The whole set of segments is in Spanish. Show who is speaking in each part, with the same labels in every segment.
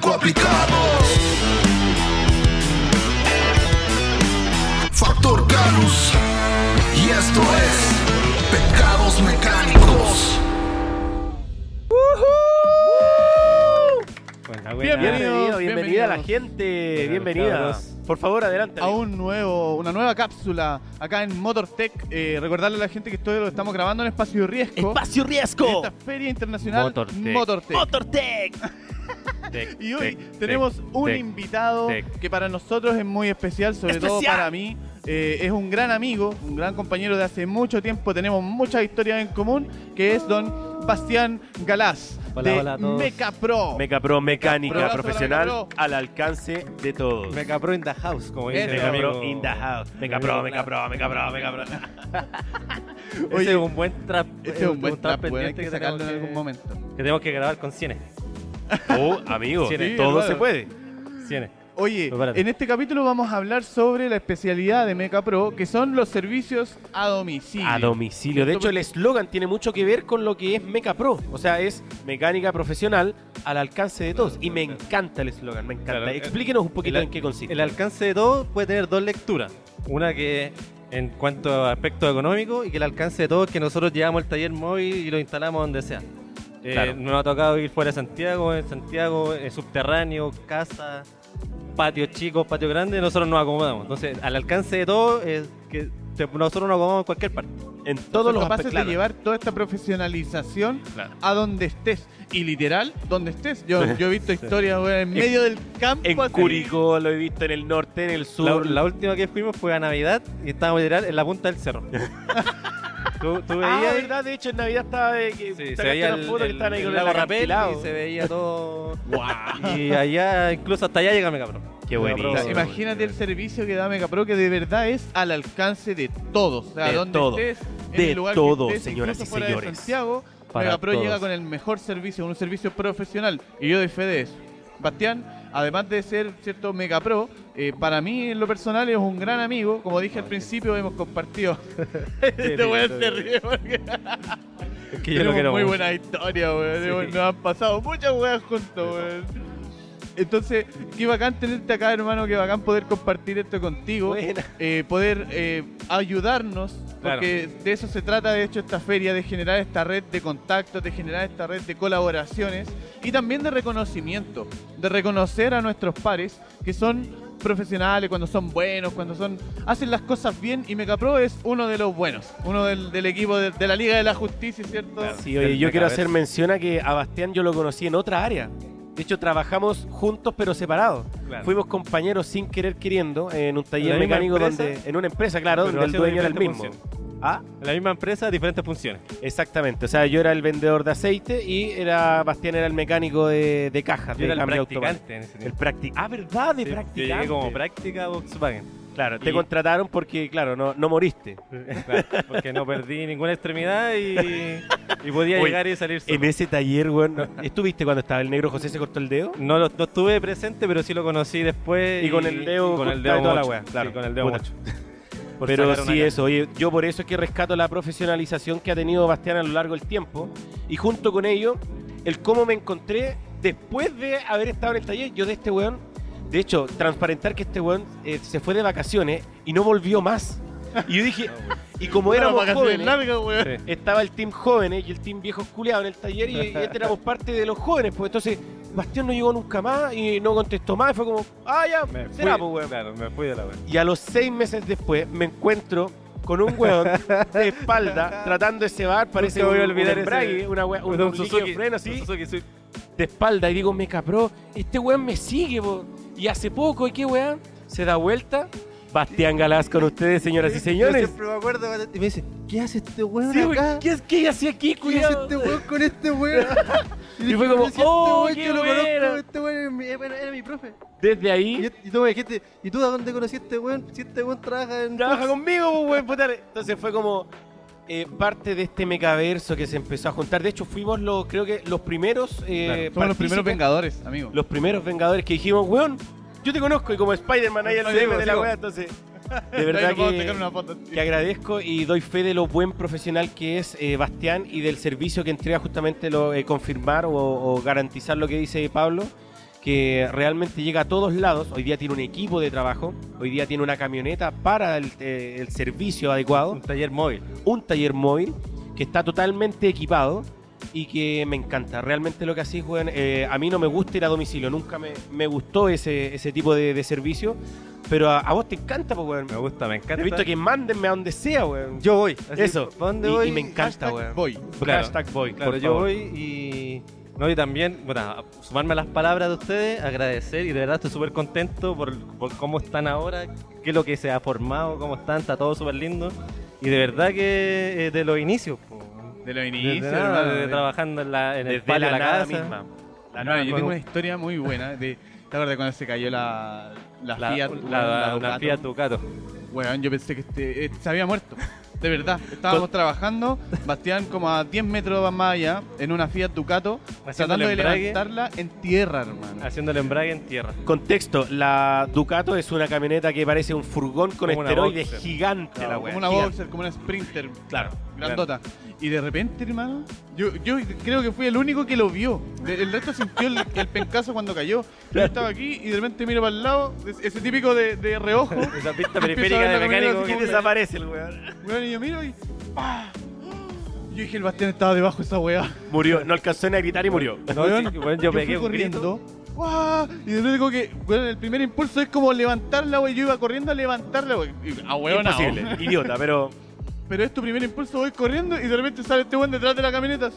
Speaker 1: complicados. Factor Galus. Y esto es Pecados Mecánicos.
Speaker 2: Buena, buena.
Speaker 3: Bienvenido,
Speaker 4: Bienvenidos,
Speaker 3: bienvenida a la
Speaker 4: bienvenidos.
Speaker 3: gente,
Speaker 2: Buenas,
Speaker 3: Este, bienvenida.
Speaker 2: cabros.
Speaker 3: Por favor, adelante.
Speaker 4: a un nuevo, una nueva cápsula acá en MotorTech. Eh, recordarle a la gente que esto lo estamos grabando en Espacio Riesgo.
Speaker 3: Espacio
Speaker 4: en
Speaker 3: Riesgo.
Speaker 4: Esta feria internacional
Speaker 2: Motortech.
Speaker 4: MotorTech.
Speaker 3: Motortech.
Speaker 2: Tec,
Speaker 4: Y hoy
Speaker 2: tec,
Speaker 4: tenemos
Speaker 2: tec,
Speaker 4: un
Speaker 2: tec.
Speaker 4: invitado
Speaker 2: tec.
Speaker 4: que para nosotros es muy especial, sobre todo
Speaker 3: Especial.
Speaker 4: para mí. Eh, es un gran amigo, un gran compañero de hace mucho tiempo. Tenemos muchas historias en común, que es don Bastián Galás
Speaker 2: Hola,
Speaker 4: de
Speaker 2: hola a todos.
Speaker 4: Meca Pro.
Speaker 3: Meca Pro, mecánica
Speaker 4: Meca Pro.
Speaker 3: profesional
Speaker 4: Meca Pro.
Speaker 3: al alcance de todos.
Speaker 2: Meca Pro in the house, como dice.
Speaker 4: Eso.
Speaker 2: mi
Speaker 3: Meca
Speaker 2: amigo.
Speaker 3: Pro in the house. Meca Pro, Meca Pro, Meca Pro, Meca Pro.
Speaker 2: Ese
Speaker 4: Oye,
Speaker 2: es un buen trap.
Speaker 4: Este es un buen trap, bueno, hay
Speaker 2: pendiente
Speaker 4: que sacarlo en
Speaker 2: tenemos
Speaker 4: algún
Speaker 2: que-
Speaker 4: momento.
Speaker 2: Que tenemos que grabar con cienes.
Speaker 3: Oh, amigo,
Speaker 2: Sí,
Speaker 3: todo
Speaker 4: claro.
Speaker 3: se puede.
Speaker 2: Cienes.
Speaker 4: Oye,
Speaker 2: Prepárate.
Speaker 4: en este capítulo vamos a hablar sobre la especialidad de Meca Pro, que son los servicios a domicilio.
Speaker 3: A domicilio. De hecho, el eslogan tiene mucho que ver con lo que es Meca Pro. O sea, es mecánica profesional al alcance de todos. Y me encanta el eslogan, me encanta.
Speaker 2: Claro, el-
Speaker 3: Explíquenos un poquito
Speaker 2: el-
Speaker 3: en qué consiste.
Speaker 2: El alcance de todo puede tener dos lecturas. Una que en cuanto a aspecto económico y que el alcance de todo es que nosotros llevamos el taller móvil y lo instalamos donde sea. Eh,
Speaker 3: Claro.
Speaker 2: Nos ha tocado ir fuera de Santiago, en Santiago, en subterráneo, casa, patio chico, patio grande, nosotros nos acomodamos. Entonces, al alcance de todo es que te- nosotros nos acomodamos en cualquier parte.
Speaker 3: en
Speaker 4: Son
Speaker 3: todos los
Speaker 4: capaces
Speaker 3: aspectos.
Speaker 4: de llevar toda esta profesionalización
Speaker 3: Claro.
Speaker 4: a donde estés. Y literal, donde estés. Yo, yo he visto historias weón, en medio del campo.
Speaker 3: En
Speaker 4: así.
Speaker 3: Curicó, lo he visto en el norte, en el
Speaker 2: La,
Speaker 3: sur.
Speaker 2: la última que fuimos fue a Navidad y estábamos literal en la punta del cerro. tú, tú
Speaker 3: Ah,
Speaker 2: veías
Speaker 3: verdad, de hecho en Navidad estaba de que
Speaker 2: Sí, se
Speaker 3: sacaste
Speaker 2: veía
Speaker 3: las
Speaker 2: el,
Speaker 3: fotos que
Speaker 2: el-
Speaker 3: estaban ahí
Speaker 2: el
Speaker 3: con el
Speaker 2: lago Rapel
Speaker 3: acantilado.
Speaker 2: y se veía todo. Y allá, incluso hasta allá llega Mega Pro.
Speaker 3: Qué
Speaker 2: Mega Pro,
Speaker 4: O sea,
Speaker 3: buenísimo.
Speaker 4: imagínate el servicio que da Meca Pro, que de verdad es al alcance de todos. O sea,
Speaker 3: De
Speaker 4: donde
Speaker 3: todo.
Speaker 4: estés, en
Speaker 3: De
Speaker 4: el lugar
Speaker 3: todo,
Speaker 4: que estés,
Speaker 3: señoras
Speaker 4: incluso
Speaker 3: y
Speaker 4: fuera
Speaker 3: señores.
Speaker 4: De Santiago,
Speaker 2: Para
Speaker 4: Megapro
Speaker 2: todos.
Speaker 4: llega con el mejor servicio, un servicio profesional. Y yo doy fe de eso. Bastián, además de ser cierto Mega Pro, eh, para mí en lo personal es un gran amigo. Como dije al principio, hemos compartido. este weón se ríe porque
Speaker 2: Es que yo lo
Speaker 4: tenemos
Speaker 2: quiero
Speaker 4: muy
Speaker 2: mucho.
Speaker 4: buena historia, weón.
Speaker 2: Sí.
Speaker 4: Hemos- Nos han pasado muchas weas juntos, weón. Entonces, qué bacán tenerte acá, hermano. Qué bacán poder compartir esto contigo.
Speaker 3: Buena.
Speaker 4: eh, poder eh, ayudarnos,
Speaker 2: Claro.
Speaker 4: porque de eso se trata, de hecho, esta feria, de generar esta red de contactos, de generar esta red de colaboraciones y también de reconocimiento, de reconocer a nuestros pares que son profesionales, cuando son buenos, cuando son hacen las cosas bien y Megapro es uno de los buenos, uno del, del equipo de, de la Liga de la Justicia, ¿cierto?
Speaker 3: Sí, oye, yo quiero hacer mención a que a Bastián yo lo conocí en otra área. De hecho, trabajamos juntos pero separados.
Speaker 2: Claro.
Speaker 3: Fuimos compañeros sin querer queriendo en un taller
Speaker 2: la misma
Speaker 3: mecánico
Speaker 2: empresa?
Speaker 3: donde en una empresa, claro,
Speaker 2: Pero
Speaker 3: donde el
Speaker 2: haciendo
Speaker 3: dueño era el mismo.
Speaker 2: diferentes
Speaker 3: Ah,
Speaker 2: En la misma empresa, diferentes funciones.
Speaker 3: exactamente. O sea, yo era el vendedor de aceite y era Bastián era el mecánico de, de cajas,
Speaker 2: Yo
Speaker 3: de
Speaker 2: era el
Speaker 3: cambio automático.
Speaker 2: practicante en ese
Speaker 3: El
Speaker 2: tiempo.
Speaker 3: practi- Ah, verdad, de
Speaker 2: Sí,
Speaker 3: practicante.
Speaker 2: Yo llegué como práctica Volkswagen.
Speaker 3: Claro, te
Speaker 2: Y-
Speaker 3: contrataron porque, claro, no, no moriste.
Speaker 2: Claro, porque no perdí ninguna extremidad y, y podía
Speaker 3: Oye,
Speaker 2: llegar y salir solo.
Speaker 3: En ese taller, weón, ¿estuviste cuando estaba el negro José se cortó el dedo?
Speaker 2: No, lo, no estuve presente, pero sí lo conocí después.
Speaker 3: Y con el dedo
Speaker 2: y con el
Speaker 3: justo de
Speaker 2: dedo
Speaker 3: toda la
Speaker 2: mocho.
Speaker 3: wea, claro.
Speaker 2: Sí, con el dedo
Speaker 3: Puta.
Speaker 2: mocho. Por
Speaker 3: Pero
Speaker 2: sacar una
Speaker 3: sí,
Speaker 2: cara.
Speaker 3: eso. Oye, yo por eso es que rescato la profesionalización que ha tenido Bastián a lo largo del tiempo. Y junto con ello, el cómo me encontré después de haber estado en el taller. Yo de este weón, de hecho, transparentar que este weón eh, se fue de vacaciones y no volvió más. Y yo dije, y como
Speaker 4: Una
Speaker 3: éramos
Speaker 4: vacación
Speaker 3: jóvenes,
Speaker 4: larga, weón.
Speaker 2: Sí.
Speaker 3: estaba el team jóvenes y el team viejos culiados en el taller y, y este éramos parte de los jóvenes. Pues entonces, Bastián no llegó nunca más y no contestó más. Y fue como, ah, ya,
Speaker 2: Me fui,
Speaker 3: será, pues weón.
Speaker 2: Claro, me fui de la wea.
Speaker 3: Y a los seis meses después me encuentro con un weón de espalda tratando de cebar, parece
Speaker 2: Nunca
Speaker 3: un,
Speaker 2: voy a
Speaker 3: un
Speaker 2: olvidar ese-
Speaker 3: embrague, una wea- un,
Speaker 2: Don
Speaker 3: un líquido
Speaker 2: Suzuki,
Speaker 3: freno así,
Speaker 2: Don Suzuki, sí.
Speaker 3: de espalda. Y digo, me capró, este weón me sigue, po. Y hace poco, ¿y qué weón? Se da vuelta. Bastián Galás con ustedes, señoras y
Speaker 2: Yo
Speaker 3: señores.
Speaker 2: siempre me acuerdo cuando y me dice, ¿qué hace este weón
Speaker 3: Sí, weón,
Speaker 2: acá?
Speaker 3: ¿Qué, es- qué hace aquí,
Speaker 2: ¿Qué hace
Speaker 3: cuidado?
Speaker 2: este weón con este weón?
Speaker 3: Y fue como,
Speaker 2: "Yo
Speaker 3: "Oh,
Speaker 2: este weón,
Speaker 3: qué
Speaker 2: yo lo
Speaker 3: buena".
Speaker 2: conozco, este weón era mi, era- era mi profe.
Speaker 3: Desde
Speaker 2: Y,
Speaker 3: ahí,
Speaker 2: y tú me dijiste, ¿y tú a dónde conociste este weón? Si este weón trabaja en...
Speaker 3: trabaja conmigo, po, weón, puta. Entonces fue como eh, parte de este mecaverso que se empezó a juntar. De hecho, fuimos los, creo que los primeros. eh,
Speaker 4: Somos los primeros
Speaker 3: partícipes
Speaker 4: vengadores, amigo.
Speaker 3: los primeros Vengadores que dijimos, weón, yo te conozco y como Spider-Man ahí al CM
Speaker 4: Spider-Man,
Speaker 3: de la
Speaker 4: sí,
Speaker 3: weá, entonces. De
Speaker 4: Ahí nos
Speaker 3: verdad
Speaker 4: vamos a sacar
Speaker 3: que,
Speaker 4: una foto.
Speaker 3: que agradezco y doy fe de lo buen profesional que es eh, Bastián y del servicio que entrega justamente lo, eh, confirmar o, o garantizar lo que dice Pablo, que realmente llega a todos lados. Hoy día tiene un equipo de trabajo, hoy día tiene una camioneta para el, eh, el servicio adecuado,
Speaker 2: Un taller móvil.
Speaker 3: un taller móvil que está totalmente equipado y que me encanta. Realmente lo que así weón, eh, a mí no me gusta ir a domicilio, nunca me, me gustó ese, ese tipo de, de servicio, pero a, a vos te encanta, pues, weón.
Speaker 2: Me gusta, me encanta.
Speaker 3: He visto que mándenme a donde sea, weón.
Speaker 2: Yo voy.
Speaker 3: Eso.
Speaker 2: ¿Para dónde
Speaker 3: Y-
Speaker 2: voy?
Speaker 3: y me encanta,
Speaker 4: Hashtag
Speaker 3: weón.
Speaker 4: voy.
Speaker 2: Claro.
Speaker 3: Hashtag voy,
Speaker 2: Claro,
Speaker 3: por
Speaker 2: yo
Speaker 3: favor.
Speaker 2: voy y. No, y también, bueno, a sumarme a las palabras de ustedes, agradecer y de verdad estoy súper contento por, por cómo están ahora, qué es lo que se ha formado, cómo están, está todo súper lindo. Y de verdad que eh, de los inicios, po.
Speaker 4: De los
Speaker 2: Desde
Speaker 4: inicios,
Speaker 2: nada,
Speaker 4: hermano,
Speaker 2: de
Speaker 4: de-
Speaker 2: trabajando en, la, en el
Speaker 3: Desde
Speaker 2: patio
Speaker 3: la,
Speaker 2: de la,
Speaker 3: nada
Speaker 2: casa.
Speaker 3: misma. La
Speaker 4: Hermano,
Speaker 3: nada
Speaker 4: yo
Speaker 3: con-
Speaker 4: tengo una historia muy buena de. ¿Te acuerdas cuando se cayó la, la,
Speaker 2: La, la-
Speaker 4: Fiat? weón,
Speaker 2: la
Speaker 4: Ducato?
Speaker 2: Fiat Ducato.
Speaker 4: Weón, yo pensé que este, eh, se había muerto. De verdad, estábamos trabajando, Bastián como a 10 metros más allá, en una Fiat Ducato,
Speaker 2: Haciendo
Speaker 4: tratando de
Speaker 2: el embrague.
Speaker 4: levantarla en tierra, hermano.
Speaker 2: Haciendo el embrague en tierra.
Speaker 3: Contexto, la Ducato es una camioneta que parece un furgón con
Speaker 2: Como una
Speaker 3: esteroides
Speaker 2: boxer.
Speaker 3: gigante,
Speaker 4: Claro,
Speaker 3: la
Speaker 4: como
Speaker 3: weá,
Speaker 4: una
Speaker 3: gigante.
Speaker 4: boxer, como una sprinter,
Speaker 3: Claro.
Speaker 4: grandota. Y de repente, hermano, yo, yo creo que fui el único que lo vio. De- El resto sintió el, el pencazo cuando cayó. Yo estaba aquí y de repente miro para el lado, es- ese típico de, de reojo.
Speaker 2: Esa pista
Speaker 4: Empiezo a
Speaker 2: periférica
Speaker 4: ver
Speaker 2: de
Speaker 4: la camioneta
Speaker 2: mecánico.
Speaker 4: así
Speaker 3: Y
Speaker 2: que te
Speaker 4: como-
Speaker 2: zapa-
Speaker 3: desaparece el weón.
Speaker 4: Weón, y yo miro y. ¡pah! Yo dije, el Bastián estaba debajo de esa weá.
Speaker 3: Murió, no alcanzó ni a gritar y murió.
Speaker 2: No,
Speaker 4: Weón,
Speaker 2: sí, weón, yo
Speaker 4: fui
Speaker 2: pegué un grito.
Speaker 4: corriendo. ¡guau! Y de repente como que, weón, el primer impulso es como levantarla, wey. Yo iba corriendo a levantarla, wey. Y- A weón,
Speaker 3: Imposible, idiota, pero
Speaker 4: Pero es tu primer impulso, voy corriendo y de repente sale este weón detrás de la camioneta.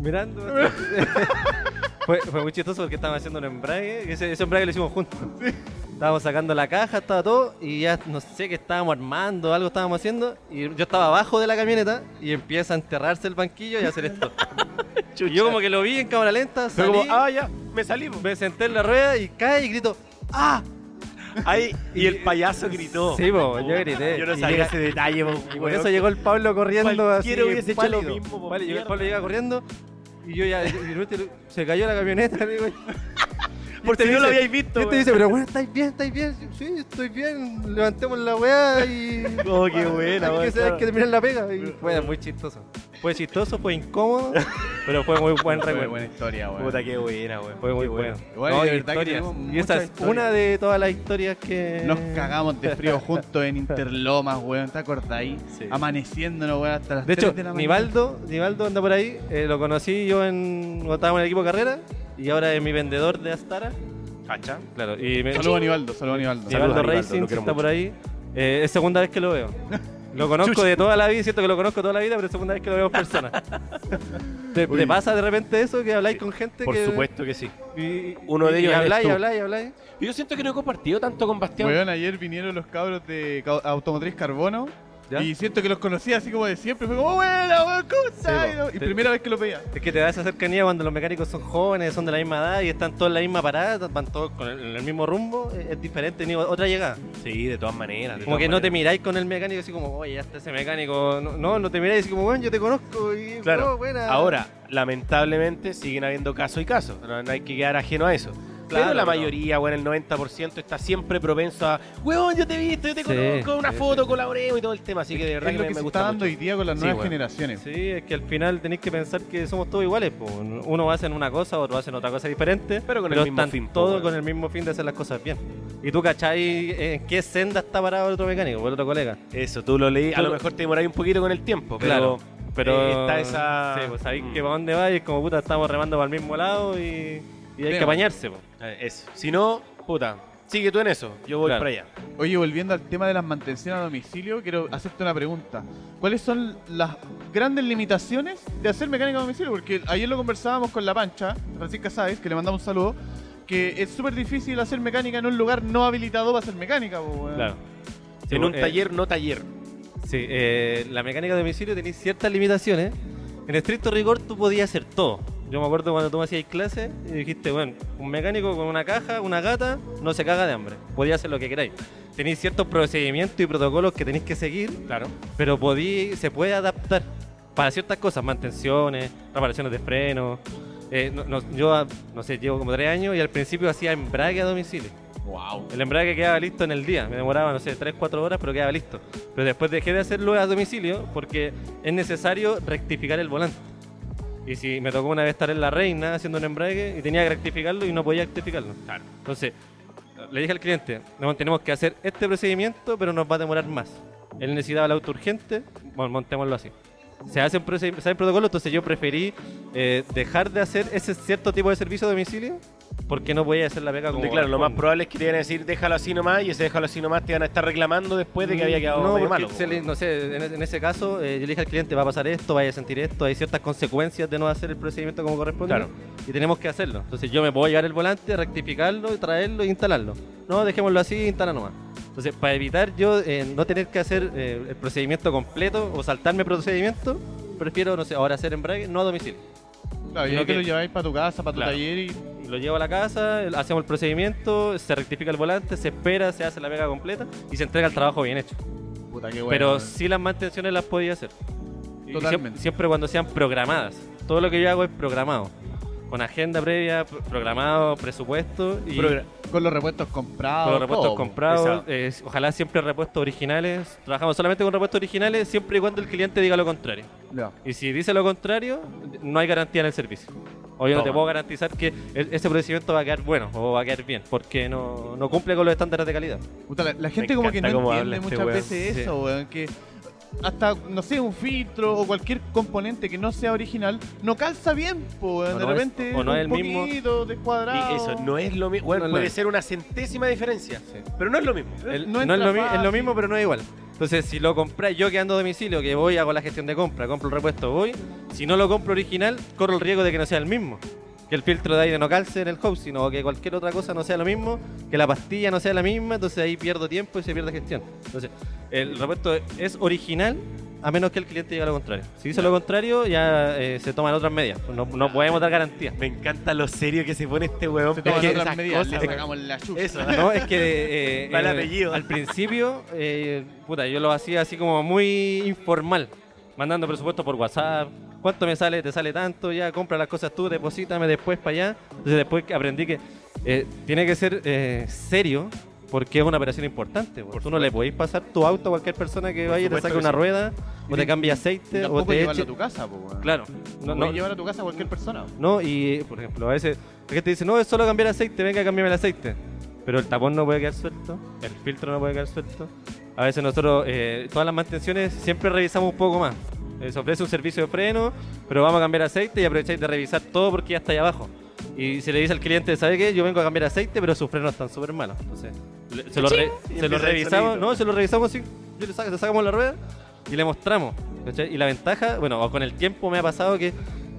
Speaker 2: Mirando. fue, fue muy chistoso porque estábamos haciendo un embrague. y Ese, ese embrague lo hicimos juntos. Estábamos sacando la caja, estaba todo. Y ya no sé qué estábamos armando, algo estábamos haciendo. Y yo estaba abajo de la camioneta y empieza a enterrarse el banquillo y a hacer esto. Y yo como que lo vi en cámara lenta,
Speaker 3: fue
Speaker 2: salí,
Speaker 3: como, ah, ya, me salí. po".
Speaker 2: me senté en la rueda y cae y grito, ¡ah!
Speaker 3: Ahí, y el payaso gritó.
Speaker 2: Sí, po, yo grité.
Speaker 3: Yo no
Speaker 2: Y
Speaker 3: sabía
Speaker 2: llega-
Speaker 3: ese detalle, po,
Speaker 2: Y por
Speaker 3: weón.
Speaker 2: eso llegó el Pablo corriendo así.
Speaker 3: Cualquiera hubiese hecho lo
Speaker 2: pálido.
Speaker 3: mismo, po,
Speaker 2: Vale, llegó el
Speaker 3: mierda.
Speaker 2: Pablo llega corriendo y yo ya. y de repente se cayó la camioneta, amigo.
Speaker 3: Por si no lo habíais visto,
Speaker 2: Y te
Speaker 3: weón.
Speaker 2: este dice, pero bueno, estáis bien, estáis bien. Sí, estoy bien. Levantemos la weá y.
Speaker 3: Oh, qué buena,
Speaker 2: Hay
Speaker 3: weón,
Speaker 2: que,
Speaker 3: claro.
Speaker 2: hay que terminar la pega. Y fue muy chistoso. Fue chistoso, fue incómodo, pero fue muy buen recuerdo.
Speaker 4: historia,
Speaker 3: Puta, qué buena, weón.
Speaker 2: Fue muy
Speaker 3: qué buena.
Speaker 2: bueno.
Speaker 4: Igual,
Speaker 2: No,
Speaker 4: de
Speaker 2: y
Speaker 4: verdad que
Speaker 2: historias.
Speaker 4: tenemos
Speaker 2: Y esa
Speaker 4: muchas
Speaker 2: es
Speaker 4: historias.
Speaker 2: una de todas las historias que.
Speaker 4: Nos cagamos de frío juntos en Interlomas, weón. ¿Te acordáis?
Speaker 2: Sí.
Speaker 4: Amaneciéndonos, weón, hasta las
Speaker 2: De
Speaker 4: 3
Speaker 2: hecho,
Speaker 4: de la mañana.
Speaker 2: Nivaldo, Nivaldo anda por ahí, eh, lo conocí yo en, cuando estábamos en el equipo de carrera y ahora es mi vendedor de Astara.
Speaker 3: ¿Cacha?
Speaker 2: Claro, y me,
Speaker 4: Saludos a Nivaldo, saludos a
Speaker 2: Nivaldo
Speaker 4: Nivaldo.
Speaker 3: Saludos a Nivaldo,
Speaker 2: Racing que
Speaker 3: lo quiero
Speaker 2: está
Speaker 3: mucho.
Speaker 2: por ahí. Eh, es segunda vez que lo veo. Lo conozco
Speaker 3: Chucha.
Speaker 2: de toda la vida, siento que lo conozco toda la vida, pero es segunda vez que lo veo en persona. ¿Te, te pasa de repente eso que habláis con gente
Speaker 3: Por
Speaker 2: que
Speaker 3: supuesto que sí.
Speaker 2: y-
Speaker 3: Uno de ellos
Speaker 2: y
Speaker 3: eres
Speaker 2: habláis,
Speaker 3: tú.
Speaker 2: habláis, habláis.
Speaker 3: Yo siento que no he compartido tanto con Bastián.
Speaker 4: Weón, ayer vinieron los cabros de Ca- Automotriz Carbono.
Speaker 2: ¿Ya?
Speaker 4: Y siento que los conocía así como de siempre. Fue como, bueno, weón, ¿cómo estás?
Speaker 2: Sí, po.
Speaker 4: y
Speaker 2: Te-
Speaker 4: primera vez que lo veía.
Speaker 2: Es que te da esa cercanía cuando los mecánicos son jóvenes, son de la misma edad y están todos en la misma parada, van todos con el, en el mismo rumbo, es, es diferente, ni otra llegada.
Speaker 3: Sí, de todas maneras. de
Speaker 2: Como
Speaker 3: todas
Speaker 2: que no te
Speaker 3: maneras.
Speaker 2: miráis con el mecánico así como, oye, ya está ese mecánico. No, no, no te miráis así como, bueno, yo te conozco y
Speaker 3: Claro.
Speaker 2: oh, buena.
Speaker 3: Ahora, lamentablemente siguen habiendo caso y caso. No, no hay que quedar ajeno a eso.
Speaker 2: Claro,
Speaker 3: Pero la
Speaker 2: no.
Speaker 3: mayoría, bueno, el 90% está siempre propenso a, weón, yo te he visto, yo te
Speaker 2: Sí,
Speaker 3: conozco, una
Speaker 2: sí,
Speaker 3: foto, colaboremos y todo el tema. Así que de verdad
Speaker 4: es
Speaker 3: que
Speaker 4: lo
Speaker 3: me,
Speaker 4: que
Speaker 3: me
Speaker 4: se
Speaker 3: gusta
Speaker 4: está dando
Speaker 3: mucho.
Speaker 4: hoy día con las
Speaker 3: Sí,
Speaker 4: nuevas
Speaker 3: weón.
Speaker 4: generaciones.
Speaker 2: Sí, es que al final tenéis que pensar que somos todos iguales. po. Uno hacen una cosa, otro hacen otra cosa diferente.
Speaker 3: Pero con el mismo
Speaker 2: están
Speaker 3: fin, po,
Speaker 2: todos
Speaker 3: weón.
Speaker 2: con el mismo fin de hacer las cosas bien. ¿Y tú cachai en qué senda está parado el otro mecánico, el otro colega?
Speaker 3: Eso, tú lo leí. A
Speaker 2: Tú-
Speaker 3: lo mejor te demoráis un poquito con el tiempo, pero,
Speaker 2: Claro, pero
Speaker 3: eh, está esa.
Speaker 2: Sí, pues sabéis
Speaker 3: Mm.
Speaker 2: que para dónde va y es como puta, estamos remando para el mismo lado y, y hay
Speaker 4: Sí,
Speaker 2: que apañarse. po.
Speaker 3: Eh, Eso. Si no, puta, sigue tú en eso. Yo voy
Speaker 2: Claro.
Speaker 3: para allá.
Speaker 4: Oye, volviendo al tema de las mantenciones a domicilio, quiero hacerte una pregunta. ¿Cuáles son las grandes limitaciones de hacer mecánica a domicilio? Porque ayer lo conversábamos con la pancha, Francisca Sáez, que le mandamos un saludo, que es súper difícil hacer mecánica en un lugar no habilitado para hacer mecánica. po, weón.
Speaker 2: Claro. Sí,
Speaker 3: en un
Speaker 2: eh,
Speaker 3: taller, no taller.
Speaker 2: Sí, eh, la mecánica de domicilio tenía ciertas limitaciones. En estricto rigor tú podías hacer todo. Yo me acuerdo cuando tú me hacías clases y dijiste, bueno, un mecánico con una caja, una gata, no se caga de hambre. Podías hacer lo que queráis. Tenéis ciertos procedimientos y protocolos que tenéis que seguir,
Speaker 3: Claro.
Speaker 2: pero podí, se puede adaptar para ciertas cosas, mantenciones, reparaciones de frenos. Eh, no- no- yo, ah, no sé, llevo como tres años y al principio hacía embrague a domicilio.
Speaker 4: Wow.
Speaker 2: El embrague quedaba listo en el día, me demoraba, no sé, 3, 4 horas, pero quedaba listo. Pero después dejé de hacerlo a domicilio porque es necesario rectificar el volante. Y si me tocó una vez estar en la reina haciendo un embrague y tenía que rectificarlo y no podía rectificarlo.
Speaker 3: Claro.
Speaker 2: Entonces, le dije al cliente, no, tenemos que hacer este procedimiento, pero nos va a demorar más. Él necesitaba el auto urgente, bueno, montémoslo así. Se hace un procedimiento, se hace un protocolo, entonces yo preferí eh, dejar de hacer ese cierto tipo de servicio a domicilio porque no podía hacer la pega como...
Speaker 3: Donde, claro, lo más
Speaker 2: corresponde.
Speaker 3: probable es que te van a decir déjalo así nomás y ese déjalo así nomás te van a estar reclamando después de que había quedado
Speaker 2: Mm, no,
Speaker 3: medio
Speaker 2: porque
Speaker 3: malo.
Speaker 2: se le- no sé, en, en ese caso eh, yo le dije al cliente, va a pasar esto, vaya a sentir esto, hay ciertas consecuencias de no hacer el procedimiento como corresponde
Speaker 3: Claro.
Speaker 2: y tenemos que hacerlo. Entonces yo me puedo llevar el volante, rectificarlo, y traerlo e instalarlo. No, dejémoslo así, instala nomás. Entonces, para evitar yo eh, no tener que hacer eh, el procedimiento completo o saltarme procedimiento, prefiero, no sé, ahora hacer embrague, no a domicilio.
Speaker 4: Claro, y
Speaker 2: Sino
Speaker 4: ahí que
Speaker 2: que-
Speaker 4: lo lleváis para tu casa, para tu
Speaker 2: Claro.
Speaker 4: taller y
Speaker 2: Lo llevo a la casa, el- hacemos el procedimiento, se rectifica el volante, se espera, se hace la pega completa y se entrega el trabajo bien hecho.
Speaker 4: puta qué bueno.
Speaker 2: Pero sí las mantenciones las podía hacer. Y siem-
Speaker 4: Totalmente.
Speaker 2: Siempre, cuando sean programadas. Todo lo que yo hago es programado. Con agenda previa, pro- programado, presupuesto y
Speaker 3: Progra-
Speaker 4: con los repuestos comprados.
Speaker 2: con los repuestos
Speaker 4: todo,
Speaker 2: comprados.
Speaker 3: exacto.
Speaker 2: eh, ojalá siempre repuestos originales. Trabajamos solamente con repuestos originales siempre y cuando el cliente diga lo contrario.
Speaker 4: Ya.
Speaker 2: Y si dice lo contrario, no hay garantía en el servicio. O yo no te
Speaker 3: Toma.
Speaker 2: puedo garantizar que e- ese procedimiento va a quedar bueno o va a quedar bien, porque no, no cumple con los estándares de calidad.
Speaker 4: Puta, la, la gente como que no
Speaker 3: encanta cómo habla
Speaker 4: entiende
Speaker 3: este
Speaker 4: muchas
Speaker 3: weón.
Speaker 4: veces
Speaker 2: Sí.
Speaker 4: eso, weón, que hasta, no sé, un filtro o cualquier componente que no sea original no calza bien, po, weón.
Speaker 2: O
Speaker 4: de
Speaker 2: no es-
Speaker 4: repente
Speaker 2: o no
Speaker 4: un
Speaker 2: es el mismo.
Speaker 4: poquito descuadrado.
Speaker 3: Y eso no es lo mismo.
Speaker 2: No
Speaker 3: Bueno,
Speaker 2: es lo
Speaker 3: puede
Speaker 2: mismo.
Speaker 3: ser una centésima diferencia, pero no es lo mismo.
Speaker 2: El-
Speaker 4: No
Speaker 2: no es,
Speaker 4: entra
Speaker 2: lo, mi- es lo
Speaker 4: fácil.
Speaker 2: mismo, pero no es igual. Entonces, si lo compras, yo que ando a domicilio, que voy, hago la gestión de compra, compro el repuesto, voy. Si no lo compro original, corro el riesgo de que no sea el mismo. Que el filtro de aire no calce en el hub, sino que cualquier otra cosa no sea lo mismo, que la pastilla no sea la misma, entonces ahí pierdo tiempo y se pierde gestión. Entonces, el repuesto es original a menos que el cliente diga lo contrario. Si dice lo contrario, ya eh, se toman otras medidas. No, no podemos dar garantía.
Speaker 3: Me encanta lo serio que se pone este huevón.
Speaker 4: Se
Speaker 3: pero
Speaker 4: toman
Speaker 3: es que
Speaker 4: otras
Speaker 3: esas
Speaker 4: medidas,
Speaker 3: cosas,
Speaker 4: le
Speaker 3: weón.
Speaker 4: sacamos la chucha.
Speaker 3: Eso.
Speaker 2: No, es que eh,
Speaker 3: Mal
Speaker 2: eh,
Speaker 3: apellido.
Speaker 2: al principio, eh, puta, yo lo hacía así como muy informal, mandando presupuesto por WhatsApp. ¿Cuánto me sale? ¿Te sale tanto? Ya compra las cosas tú, deposítame después para allá. Entonces después que aprendí que eh, tiene que ser eh, serio porque es una operación importante. po. Tú no le podéis pasar tu auto a cualquier persona que vaya y te
Speaker 3: supuesto
Speaker 2: saque
Speaker 3: que
Speaker 2: una
Speaker 3: sí.
Speaker 2: rueda o te cambie
Speaker 4: Y
Speaker 2: aceite o
Speaker 4: tampoco
Speaker 2: te eche.
Speaker 4: llevarlo a tu casa, po, weón.
Speaker 2: Claro, no,
Speaker 4: Puedes
Speaker 2: no,
Speaker 4: llevar a tu casa a cualquier persona.
Speaker 3: Pues
Speaker 4: weón.
Speaker 2: no, y por ejemplo, a veces la gente dice, no, es solo cambiar aceite, venga, cambiame el aceite. Pero el tapón no puede quedar suelto, el filtro no puede quedar suelto. A veces nosotros, eh, todas las mantenciones, siempre revisamos un poco más. Eh, se ofrece un servicio de freno, pero vamos a cambiar aceite y aprovecháis de revisar todo porque ya está ahí abajo. Y se le dice al cliente, ¿sabe qué? Yo vengo a cambiar aceite, pero sus frenos están súper malos. Entonces, le- se lo, re-
Speaker 3: pues, Y
Speaker 2: se lo
Speaker 3: empieza el
Speaker 2: revisamos,
Speaker 3: sonido.
Speaker 2: no, se lo revisamos, sí, yo le saco- le sacamos la rueda y le mostramos. ¿cachai? Y la ventaja, bueno, con el tiempo me ha pasado que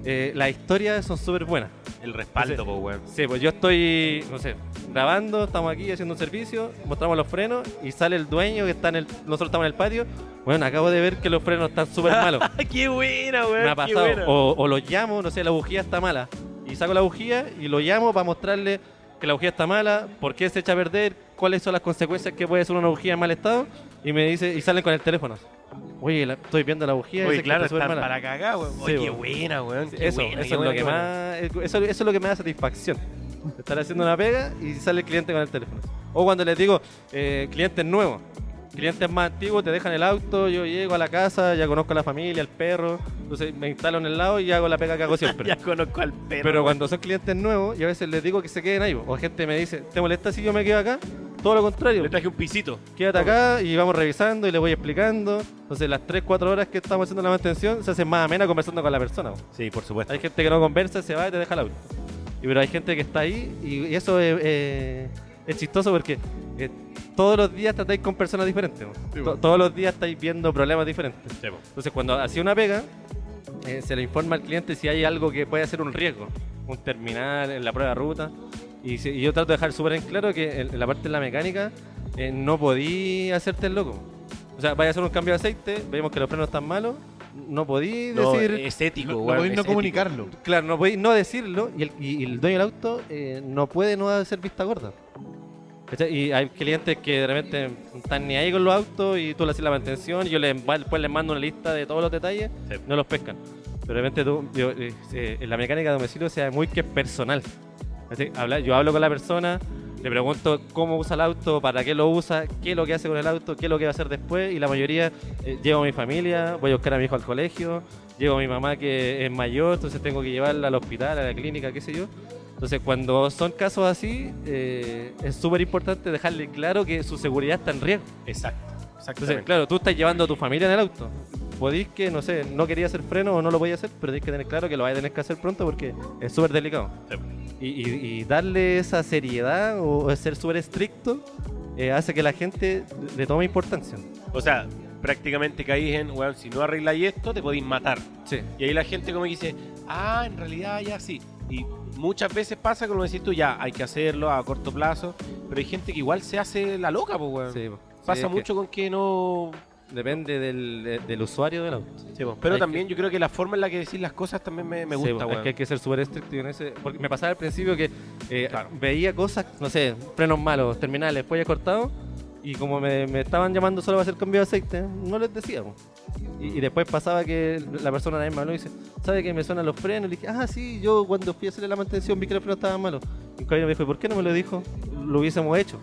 Speaker 2: eh, las historias son súper buenas.
Speaker 3: El respaldo, po, weón.
Speaker 2: Sí, pues yo estoy, no sé, grabando, estamos aquí haciendo un servicio, mostramos los frenos y sale el dueño que está en el, nosotros estamos en el patio. Bueno, acabo de ver que los frenos están súper malos.
Speaker 3: ¡Qué buena, weón!
Speaker 2: Me ha
Speaker 3: qué
Speaker 2: pasado.
Speaker 3: buena.
Speaker 2: O, o los llamo, no sé, la bujía está mala. Y saco la bujía y lo llamo para mostrarle que la bujía está mala, por qué se echa a perder, cuáles son las consecuencias que puede ser una bujía en mal estado. Y me dice, y salen con el teléfono. Oye, la- estoy viendo la bujía.
Speaker 3: Oye,
Speaker 2: dice que
Speaker 3: claro,
Speaker 2: está súper
Speaker 3: están
Speaker 2: mala".
Speaker 3: para cagar, weón. Oye,
Speaker 2: Sí,
Speaker 3: qué
Speaker 2: weón.
Speaker 3: buena, weón.
Speaker 2: Sí,
Speaker 3: qué
Speaker 2: Eso,
Speaker 3: buena,
Speaker 2: eso
Speaker 3: qué
Speaker 2: es lo
Speaker 3: buena,
Speaker 2: que
Speaker 3: qué buena.
Speaker 2: más, eso, eso es lo que me da satisfacción. Estar haciendo una pega y sale el cliente con el teléfono. O cuando les digo, eh, clientes nuevos, clientes más antiguos, te dejan el auto, yo llego a la casa, ya conozco a la familia, el perro, entonces me instalo en el lado y hago la pega que hago siempre.
Speaker 3: Ya conozco al perro.
Speaker 2: Pero
Speaker 3: weón.
Speaker 2: cuando son clientes nuevos, y a veces les digo que se queden ahí, o gente me dice, ¿te molesta si yo me quedo acá? Todo lo contrario,
Speaker 3: Le traje un pisito.
Speaker 2: quédate acá y vamos revisando y le voy explicando. Entonces las 3-4 horas que estamos haciendo la mantención se hace más amena conversando con la persona.
Speaker 3: Sí, por supuesto.
Speaker 2: Hay gente que no conversa, se va y te deja el auto. Y, pero hay gente que está ahí y, y eso es, eh, es chistoso porque eh, todos los días tratáis con personas diferentes. ¿no?
Speaker 4: Sí,
Speaker 2: To-
Speaker 4: bueno.
Speaker 2: todos los días estáis viendo problemas diferentes.
Speaker 3: Sí, po.
Speaker 2: Entonces cuando hacía una pega, eh, se le informa al cliente si hay algo que puede ser un riesgo. Un terminal, en la prueba de ruta. Y, si- y yo trato de dejar súper en claro que en, en la parte de la mecánica eh, no podí hacerte el loco. O sea, vaya a hacer un cambio de aceite, vemos que los frenos están malos, no podí
Speaker 3: No,
Speaker 2: decir...
Speaker 3: es ético,
Speaker 4: No, no
Speaker 3: weón.
Speaker 4: podéis
Speaker 3: es
Speaker 4: no
Speaker 3: ético.
Speaker 4: comunicarlo.
Speaker 2: Claro, no podéis no decirlo y el, y- y el dueño del auto eh, no puede no hacer vista gorda. ¿Cachai? Y hay clientes que de repente no están ni ahí con los autos y tú le haces la mantención y yo les, va- después les mando una lista de todos los detalles,
Speaker 3: Sí.
Speaker 2: no los pescan. Pero de repente tú, yo, eh, eh, en la mecánica de domicilio se da muy que es personal. ¿Cachai? Habla- yo hablo con la persona, Le pregunto cómo usa el auto, para qué lo usa, qué es lo que hace con el auto, qué es lo que va a hacer después. Y la mayoría, eh, llevo a mi familia, voy a buscar a mi hijo al colegio, llevo a mi mamá que es mayor, entonces tengo que llevarla al hospital, a la clínica, qué sé yo. Entonces, cuando son casos así, eh, es súper importante dejarle claro que su seguridad está en riesgo.
Speaker 3: Exacto. Exactamente.
Speaker 2: Entonces, claro, tú estás llevando a tu familia en el auto. Podís que, no sé, no quería hacer freno o no lo podía hacer, pero tenés que tener claro que lo vais a tener que hacer pronto porque es súper delicado.
Speaker 3: Sí.
Speaker 2: Y, y- y darle esa seriedad o o ser súper estricto eh, hace que la gente le tome importancia.
Speaker 3: O sea, prácticamente caís en, weón, si no arregláis esto, te podéis matar.
Speaker 2: Sí.
Speaker 3: Y ahí la gente como que dice, ah, en realidad ya sí. Y muchas veces pasa, como decís tú, ya hay que hacerlo a corto plazo, pero hay gente que igual se hace la loca, pues, weón.
Speaker 2: sí po.
Speaker 3: Pasa
Speaker 2: Sí, es que
Speaker 3: mucho con que no...
Speaker 2: Depende del, de- del usuario del auto.
Speaker 3: Sí, po. Pero
Speaker 2: Hay
Speaker 3: también yo creo que la forma en la que decís las cosas también me, me
Speaker 2: Sí,
Speaker 3: gusta,
Speaker 2: po, es
Speaker 3: weón.
Speaker 2: que hay que ser súper estricto en ese. Porque me pasaba al principio que eh,
Speaker 3: Claro.
Speaker 2: veía cosas, no sé, frenos malos, terminales, pollas cortados, y como me, me estaban llamando solo para hacer cambio de aceite, no les decía. po. Y, y después pasaba que la persona una vez me habló y dice, ¿sabe que me suenan los frenos? Y le dije, ah, sí, yo cuando fui a hacerle la mantención vi que los frenos estaban malos. Y el caballero me dijo, ¿y por qué no me lo dijo? Lo hubiésemos hecho.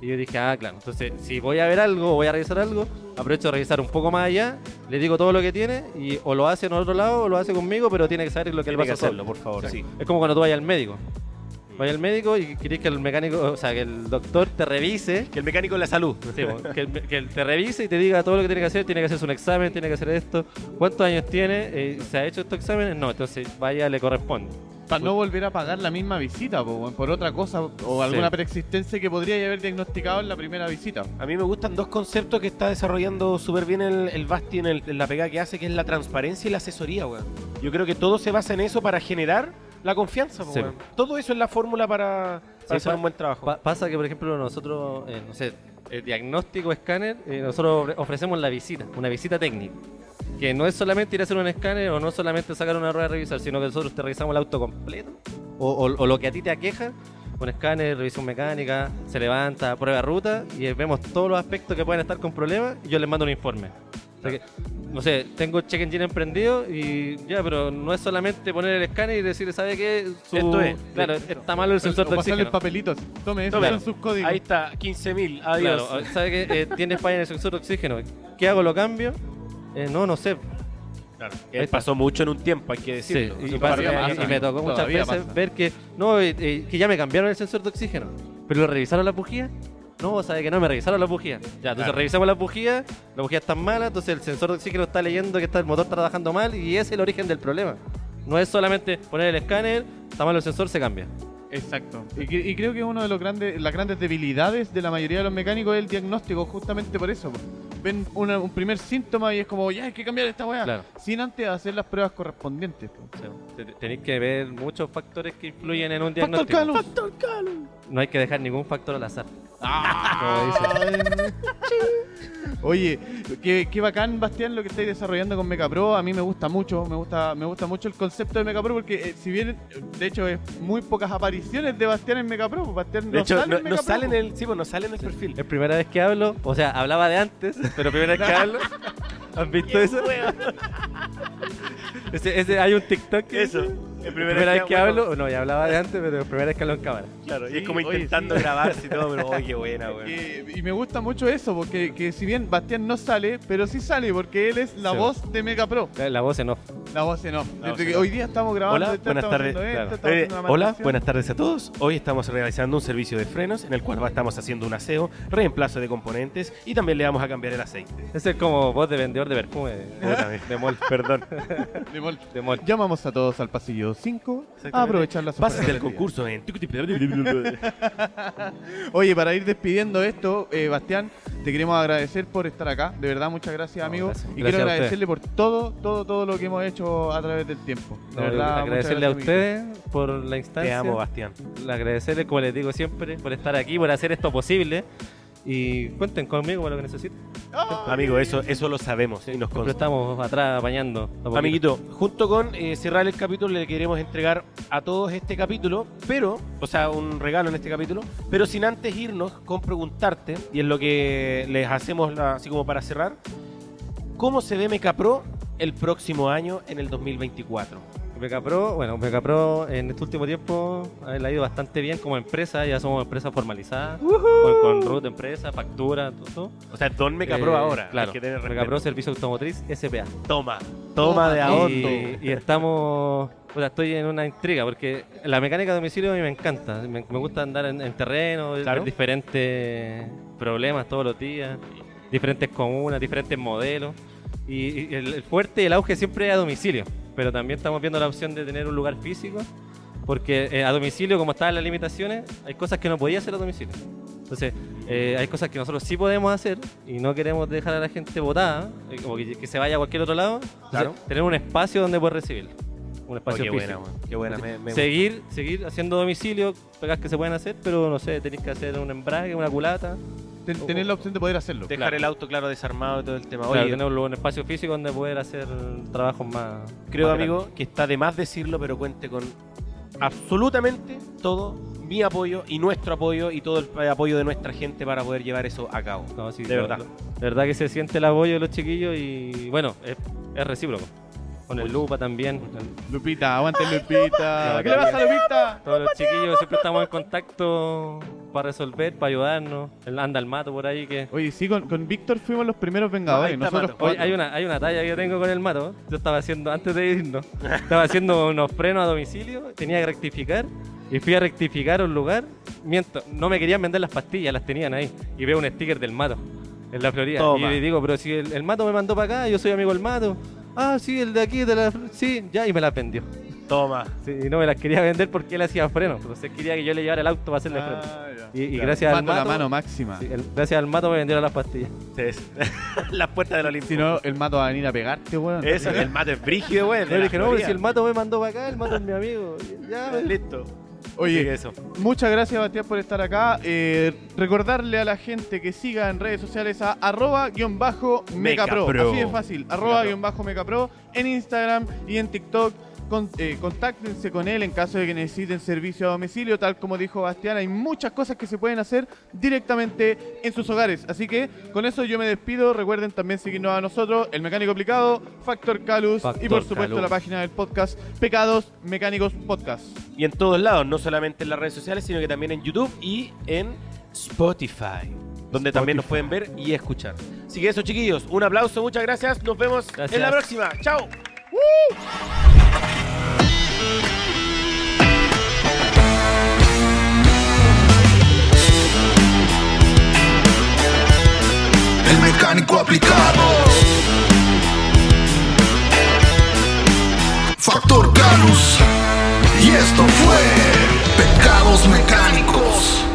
Speaker 2: Y yo dije, ah, claro. Entonces, si voy a ver algo o voy a revisar algo, aprovecho de revisar un poco más allá, le digo todo lo que tiene y o lo hace en otro lado o lo hace conmigo, pero tiene que saber lo que le
Speaker 3: Tiene que
Speaker 2: pasa
Speaker 3: hacerlo,
Speaker 2: solo.
Speaker 3: por favor,
Speaker 2: Exacto.
Speaker 3: sí.
Speaker 2: Es como cuando tú vas al médico. Vas al médico y querés que el mecánico, o sea, que el doctor te revise.
Speaker 3: Que el mecánico de la salud.
Speaker 2: Sí, po, que, el- que él te revise y te diga todo lo que tiene que hacer, tiene que hacerse un examen, tiene que hacer esto, cuántos años tiene, Eh, se ha hecho estos exámenes, no, entonces vaya, le corresponde.
Speaker 4: Para
Speaker 3: Pues-
Speaker 4: no volver a pagar la misma visita, po, weón, por otra cosa o
Speaker 2: Sí.
Speaker 4: alguna preexistencia que podría haber diagnosticado en la primera visita.
Speaker 3: A mí me gustan dos conceptos que está desarrollando súper bien el, el Basti en, el- en la pegada que hace, que es la transparencia y la asesoría, weón. Yo creo que todo se basa en eso para generar la confianza, po,
Speaker 2: Sí.
Speaker 3: weón. Todo eso es la fórmula para, para
Speaker 2: Sí,
Speaker 3: hacer
Speaker 2: pa-
Speaker 3: un buen trabajo.
Speaker 2: Pa- pasa que, por ejemplo, nosotros, eh, no sé, el diagnóstico escáner, eh, nosotros ofre- ofrecemos la visita, una visita técnica. Que no es solamente ir a hacer un escáner o no solamente sacar una rueda de revisar, sino que nosotros te revisamos el auto completo o, o- o lo que a ti te aqueja. Un escáner, revisión mecánica, se levanta, prueba ruta y eh, vemos todos los aspectos que pueden estar con problemas y yo les mando un informe. O sea que, no sé, tengo check engine emprendido y ya, pero no es solamente poner el escáner y decir, ¿sabe qué? Su-
Speaker 3: Esto es.
Speaker 2: Claro, está malo el sensor
Speaker 4: O
Speaker 2: de
Speaker 4: pasarle
Speaker 2: oxígeno.
Speaker 4: papelitos. Tome, esos
Speaker 3: Tome.
Speaker 4: son sus códigos.
Speaker 3: Ahí está, 15.000, adiós.
Speaker 2: Claro, ¿sabe que tiene falla en el sensor de oxígeno? ¿Qué hago? ¿Lo cambio? Eh, no, no sé.
Speaker 3: Claro.
Speaker 2: Ahí
Speaker 3: Él
Speaker 2: está.
Speaker 3: Eh, pasó mucho en un tiempo, hay que
Speaker 2: Sí,
Speaker 3: decirlo.
Speaker 2: y,
Speaker 3: Eso
Speaker 2: y-
Speaker 3: pasa-
Speaker 4: todavía
Speaker 2: y-
Speaker 4: pasa.
Speaker 2: y me tocó muchas
Speaker 4: Todavía
Speaker 2: veces
Speaker 4: pasa.
Speaker 2: ver que no eh, eh, que ya me cambiaron el sensor de oxígeno, pero lo revisaron las bujías. No, sabe que no, me revisaron las bujías. Ya, entonces
Speaker 3: Claro.
Speaker 2: revisamos las bujías, las bujías están malas, entonces el sensor de oxígeno está leyendo que está el motor trabajando mal y ese es el origen del problema. No es solamente poner el escáner, está mal el sensor, se cambia.
Speaker 4: Exacto. Y, cre- y creo que uno de los grandes, las grandes debilidades de la mayoría de los mecánicos es el diagnóstico, justamente por eso. po. Ven una- un primer síntoma y es como, ya hay que cambiar esta weá.
Speaker 2: Claro.
Speaker 4: Sin antes hacer las pruebas correspondientes. po.
Speaker 2: Tenéis que ver muchos factores que influyen en un
Speaker 4: Factor
Speaker 2: diagnóstico.
Speaker 4: Calus.
Speaker 2: No hay que dejar ningún factor al azar.
Speaker 3: Ah.
Speaker 4: Ay. Oye, qué, qué bacán, Bastián, lo que estáis desarrollando con Mecapro. A mí me gusta mucho, me gusta, me gusta mucho el concepto de Mecapro porque eh, si bien, eh, de hecho, es muy pocas apariciones de Bastián en Mecapro. pues, Bastián
Speaker 3: De
Speaker 4: no
Speaker 3: hecho,
Speaker 4: sale
Speaker 3: no,
Speaker 4: en
Speaker 3: no
Speaker 4: Mecapro,
Speaker 3: sale en
Speaker 4: pues.
Speaker 3: el, sí, pues, no sale en el perfil.
Speaker 2: Es primera vez que hablo, o sea, hablaba de antes, pero primera vez que hablo. ¿Han visto eso? Ese, ese- hay un TikTok que
Speaker 3: Eso,
Speaker 2: dice,
Speaker 3: es primera
Speaker 2: primera, vez
Speaker 3: vez que
Speaker 2: que
Speaker 3: hablo".
Speaker 2: hablo, no, ya hablaba de antes, pero primera vez que hablo en cámara.
Speaker 3: Claro, y es
Speaker 4: Sí,
Speaker 3: como
Speaker 4: oye,
Speaker 3: intentando
Speaker 4: sí.
Speaker 3: grabarse y todo, pero oye, qué buena, weón.
Speaker 4: Que- Eh, y me gusta mucho eso, porque que si bien Bastián no sale, pero sí sale, porque él es la
Speaker 2: Sí.
Speaker 4: voz de Mega Pro.
Speaker 2: La, la voz en off.
Speaker 4: La voz en off. Desde
Speaker 3: voz
Speaker 4: que
Speaker 3: en off.
Speaker 4: hoy día estamos grabando
Speaker 3: Hola,
Speaker 4: esto,
Speaker 3: buenas
Speaker 4: estamos
Speaker 3: tardes.
Speaker 4: haciendo esto,
Speaker 3: Claro.
Speaker 4: estamos
Speaker 3: Eh,
Speaker 4: haciendo una
Speaker 3: hola,
Speaker 4: mantención.
Speaker 3: buenas tardes a todos. Hoy estamos realizando un servicio de frenos en el cual estamos haciendo un aseo, reemplazo de componentes y también le vamos a cambiar el aceite.
Speaker 2: Ese es como voz de vendedor de perfume.
Speaker 3: Puta,
Speaker 2: de mol, perdón.
Speaker 4: De mol.
Speaker 2: De mol.
Speaker 4: Llamamos a todos al pasillo 5 a
Speaker 3: Exactamente.
Speaker 4: aprovechar las
Speaker 3: Bases
Speaker 4: ofertas
Speaker 3: del
Speaker 4: del día.
Speaker 3: concurso en...
Speaker 4: Oye, para ir despidiendo esto, eh, Bastián, te queremos agradecer por estar acá. De verdad, muchas gracias,
Speaker 2: No,
Speaker 4: amigo.
Speaker 2: gracias. Gracias a
Speaker 4: Y quiero
Speaker 2: ustedes.
Speaker 4: agradecerle por todo, todo, todo lo que hemos hecho a través del tiempo. De
Speaker 2: No,
Speaker 4: verdad, muchas
Speaker 2: agradecerle a
Speaker 4: gracias, amiguito.
Speaker 2: ustedes por la
Speaker 3: Te
Speaker 2: instancia.
Speaker 3: amo, Bastián.
Speaker 2: Le agradecerle, como les digo siempre, por estar aquí, por hacer esto posible. Y cuenten conmigo para lo que necesiten.
Speaker 3: Amigo, eso, eso lo sabemos y
Speaker 2: Siempre
Speaker 3: nos consta.
Speaker 2: estamos atrás apañando. a poquito.
Speaker 3: Amiguito, junto con eh, cerrar el capítulo le queremos entregar a todos este capítulo, pero, o sea, un regalo en este capítulo, pero sin antes irnos con preguntarte, y es lo que les hacemos la- así como para cerrar, ¿cómo se ve Mecapro el próximo año en el 2024?
Speaker 2: Becapro, bueno, Becapro en este último tiempo eh, le ha ido bastante bien como empresa, ya somos empresa formalizada, con, con root de empresa, factura, todo. todo.
Speaker 3: O sea, Don Megapro
Speaker 2: Eh,
Speaker 3: ahora.
Speaker 2: Claro,
Speaker 3: Hay que tener respeto.
Speaker 2: Megapro Servicio Automotriz, SPA.
Speaker 3: Toma, toma,
Speaker 4: Toma,
Speaker 3: de
Speaker 4: toma.
Speaker 3: ahorro.
Speaker 2: Y, y estamos. O sea, estoy en una intriga porque la mecánica de domicilio a mí me encanta. Me, me gusta andar en, en terreno,
Speaker 3: Claro.
Speaker 2: ver diferentes problemas todos los días, diferentes comunas, diferentes modelos. Y, y el, el fuerte y el auge siempre es a domicilio, pero también estamos viendo la opción de tener un lugar físico porque eh, a domicilio, como estaban las limitaciones, hay cosas que no podía hacer a domicilio. Entonces, eh, hay cosas que nosotros sí podemos hacer y no queremos dejar a la gente botada, eh, como que, que se vaya a cualquier otro lado. Entonces,
Speaker 3: Claro.
Speaker 2: Tener un espacio donde poder recibirlo. Un
Speaker 3: Oh,
Speaker 2: espacio
Speaker 3: qué
Speaker 2: físico.
Speaker 3: buena, weón, qué buena. Me, me
Speaker 2: seguir, seguir haciendo domicilio, pegas que se pueden hacer, pero no sé, tenéis que hacer un embrague, una culata.
Speaker 4: Ten- tener la opción de poder hacerlo.
Speaker 3: dejar
Speaker 2: Claro.
Speaker 3: el auto claro desarmado y todo el tema.
Speaker 2: Claro,
Speaker 3: Oye,
Speaker 2: tener un, un espacio físico donde poder hacer trabajos más.
Speaker 3: creo,
Speaker 2: más
Speaker 3: amigo, que está de más decirlo, pero cuente con absolutamente todo mi apoyo y nuestro apoyo y todo el apoyo de nuestra gente para poder llevar eso a cabo.
Speaker 2: grandes. No, sí,
Speaker 3: de
Speaker 2: lo-
Speaker 3: verdad.
Speaker 2: lo- de verdad que se siente el apoyo de los chiquillos y bueno, es, es recíproco. Con el Lupa también.
Speaker 4: Lupita, aguante Lupita.
Speaker 2: No,
Speaker 4: ¿Qué le pasa a Lupita?
Speaker 2: Todos los chiquillos siempre estamos en contacto para resolver, para ayudarnos. El anda el mato por ahí que.
Speaker 4: Oye, sí, con, con Víctor fuimos los primeros vengadores.
Speaker 3: No, ahí está
Speaker 4: nosotros
Speaker 3: Mato.
Speaker 2: Oye,
Speaker 4: cuatro.
Speaker 2: hay una, hay una talla que yo tengo con el mato. Yo estaba haciendo, antes de irnos, estaba haciendo unos frenos a domicilio, tenía que rectificar. Y fui a rectificar a un lugar. Miento, no me querían vender las pastillas, las tenían ahí. Y veo un sticker del mato en la Florida.
Speaker 3: Toma.
Speaker 2: Y digo, pero si el, el mato me mandó para acá, yo soy amigo del mato. Ah, sí, el de aquí, de la. Fl- Sí, ya, y me las vendió.
Speaker 3: Toma.
Speaker 2: Sí, y no me las quería vender porque él hacía frenos. Entonces quería que yo le llevara el auto para hacerle frenos.
Speaker 4: Ah, ya.
Speaker 2: Y, y
Speaker 4: Ya.
Speaker 2: gracias al
Speaker 4: Mato
Speaker 2: mato,
Speaker 4: la mano máxima.
Speaker 2: sí, el- gracias al mato me vendieron las pastillas.
Speaker 3: Las puertas del Olimpo.
Speaker 4: Si no, el mato va a venir a pegarte, weón.
Speaker 3: Eso, el mate es brígido, güey. de
Speaker 2: Yo le
Speaker 3: la
Speaker 2: dije, no, pero
Speaker 3: Florida.
Speaker 2: si el mato me mandó para acá, el mato es mi amigo. Y Ya, me-
Speaker 3: Listo. Así que
Speaker 4: Oye,
Speaker 3: eso.
Speaker 4: muchas gracias, Bastián, por estar acá. Eh, recordarle a la gente que siga en redes sociales a arroba guión bajo megapro.
Speaker 3: Megapro.
Speaker 4: Así de fácil, arroba
Speaker 3: Megapro.
Speaker 4: guión bajo megapro en Instagram y en TikTok. Con- eh, contáctense con él en caso de que necesiten servicio a domicilio, tal como dijo Bastián, hay muchas cosas que se pueden hacer directamente en sus hogares. Así que con eso yo me despido. Recuerden también seguirnos a nosotros, el mecánico aplicado, Factor Calus y
Speaker 2: Factor
Speaker 4: por supuesto
Speaker 2: Calus.
Speaker 4: la página del podcast Pecados Mecánicos Podcast.
Speaker 3: Y en todos lados, no solamente en las redes sociales, sino que también en YouTube y en Spotify, donde también nos pueden ver y escuchar. Así que eso, chiquillos, un aplauso, muchas gracias. Nos vemos en
Speaker 2: Gracias.
Speaker 3: la próxima. ¡Chao!
Speaker 1: El mecánico aplicado. Factor Canus. Y esto fue Pecados Mecánicos.